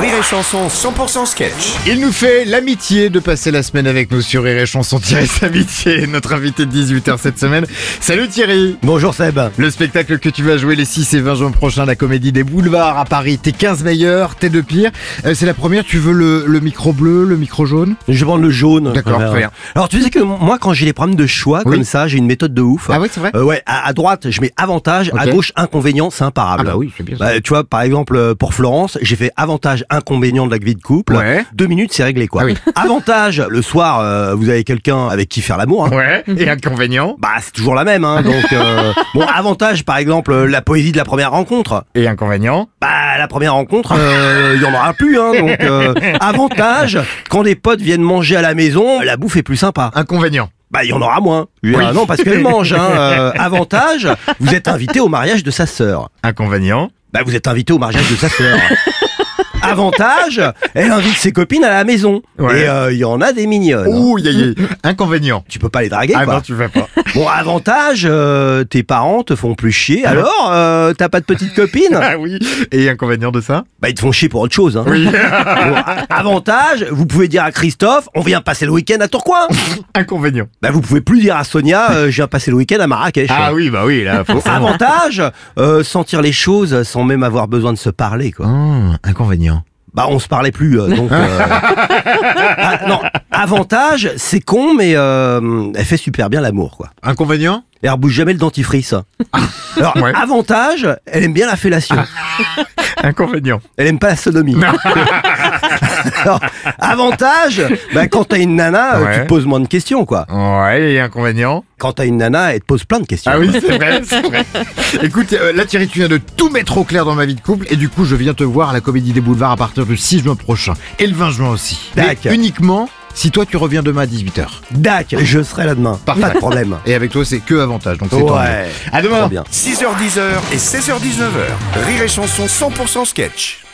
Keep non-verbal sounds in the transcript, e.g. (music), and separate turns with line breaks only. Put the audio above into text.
Rire et Chanson 100% sketch.
Il nous fait l'amitié de passer la semaine avec nous sur Rire et Chanson. Thierry Samitié, est notre invité de 18h cette semaine. Salut Thierry
Bonjour Seb.
Le spectacle que tu vas jouer les 6 et 20 juin prochains, la comédie des boulevards à Paris, t'es 15 meilleurs, t'es de pire. Euh, C'est la première, tu veux le, le micro bleu, le micro jaune
Je prends le jaune.
D'accord,
Alors,
très bien.
Alors tu sais que moi quand j'ai des problèmes de choix
Oui.
comme ça, j'ai une méthode de ouf.
Ah oui, c'est vrai
Euh, ouais, à, à droite, je mets avantage, à
Ok.
gauche inconvénient, c'est imparable.
Ah bah oui, c'est bien ça.
Bah, tu vois, par exemple euh, pour Florence, j'ai fait avantage inconvénient de la vie de couple.
Ouais.
Deux minutes, c'est réglé quoi.
Ah oui.
(laughs) Avantage, le soir, euh, vous avez quelqu'un avec qui faire l'amour. hein.
(laughs) Ouais, et inconvénient
Bah c'est toujours la même hein, donc euh,
(laughs)
bon avantage par exemple euh, la poésie de la première rencontre
Et inconvénient
Bah la première rencontre, euh, il y en aura plus, hein, donc euh, avantage quand des potes viennent manger à la maison, la bouffe est plus sympa.
Inconvénient.
Bah il y en aura moins. Il y en a-
Oui.
non parce qu'elle
(laughs)
mange. Hein, euh, avantage, vous êtes invité au mariage de sa sœur.
Inconvénient.
Bah vous êtes invité au mariage de sa sœur. Avantage, elle invite ses copines à la maison.
Ouais.
Et euh, il y en a des mignonnes.
Ouh, yé,
(laughs)
yé. Inconvénient.
Tu peux pas les draguer,
Ah
quoi.
non, tu vas pas.
Bon, avantage, euh, tes parents te font plus chier. Alors, euh, t'as pas de petite copine
Ah oui. Et inconvénient de ça
Bah ils te font chier pour autre chose. Hein. Bon, a- (laughs) avantage, vous pouvez dire à Christophe, on vient passer le week-end à Tourcoing.
Inconvénient.
bah vous pouvez plus dire à Sonia, euh, je viens passer le week-end à Marrakech.
Ah oui, bah oui, là, faut.
Avantage, euh, sentir les choses sans même avoir besoin de se parler quoi.
Hum, inconvénient.
Bah on se parlait plus euh, donc.
(laughs)
euh, ah, non, avantage, c'est con mais euh, elle fait super bien l'amour quoi.
Inconvénient
Elle rebouche jamais le dentifrice. Alors
Ah. Ouais.
avantage, elle aime bien la fellation.
Inconvénient.
Elle aime pas la sodomie. (laughs) Alors, avantage, bah, quand t'as une nana, euh,
Ouais.
tu te poses moins de questions, quoi.
Ouais, et inconvénient.
Quand t'as une nana, elle te pose plein de questions.
Ah oui, c'est vrai, c'est (laughs) vrai. Écoute, euh, là Thierry, tu viens de tout mettre au clair dans ma vie de couple et du coup je viens te voir à la Comédie des Boulevards à partir du 6 juin prochain et le 20 juin aussi. Mais
Tac.
uniquement si toi tu reviens demain à 18h.
Dac, je serai là demain. Pas de problème.
Et avec toi c'est que avantage, donc c'est tant mieux.
Ouais.
À demain
Trop bien.
6h10 et 16h19h. Rire et Chanson 100% sketch.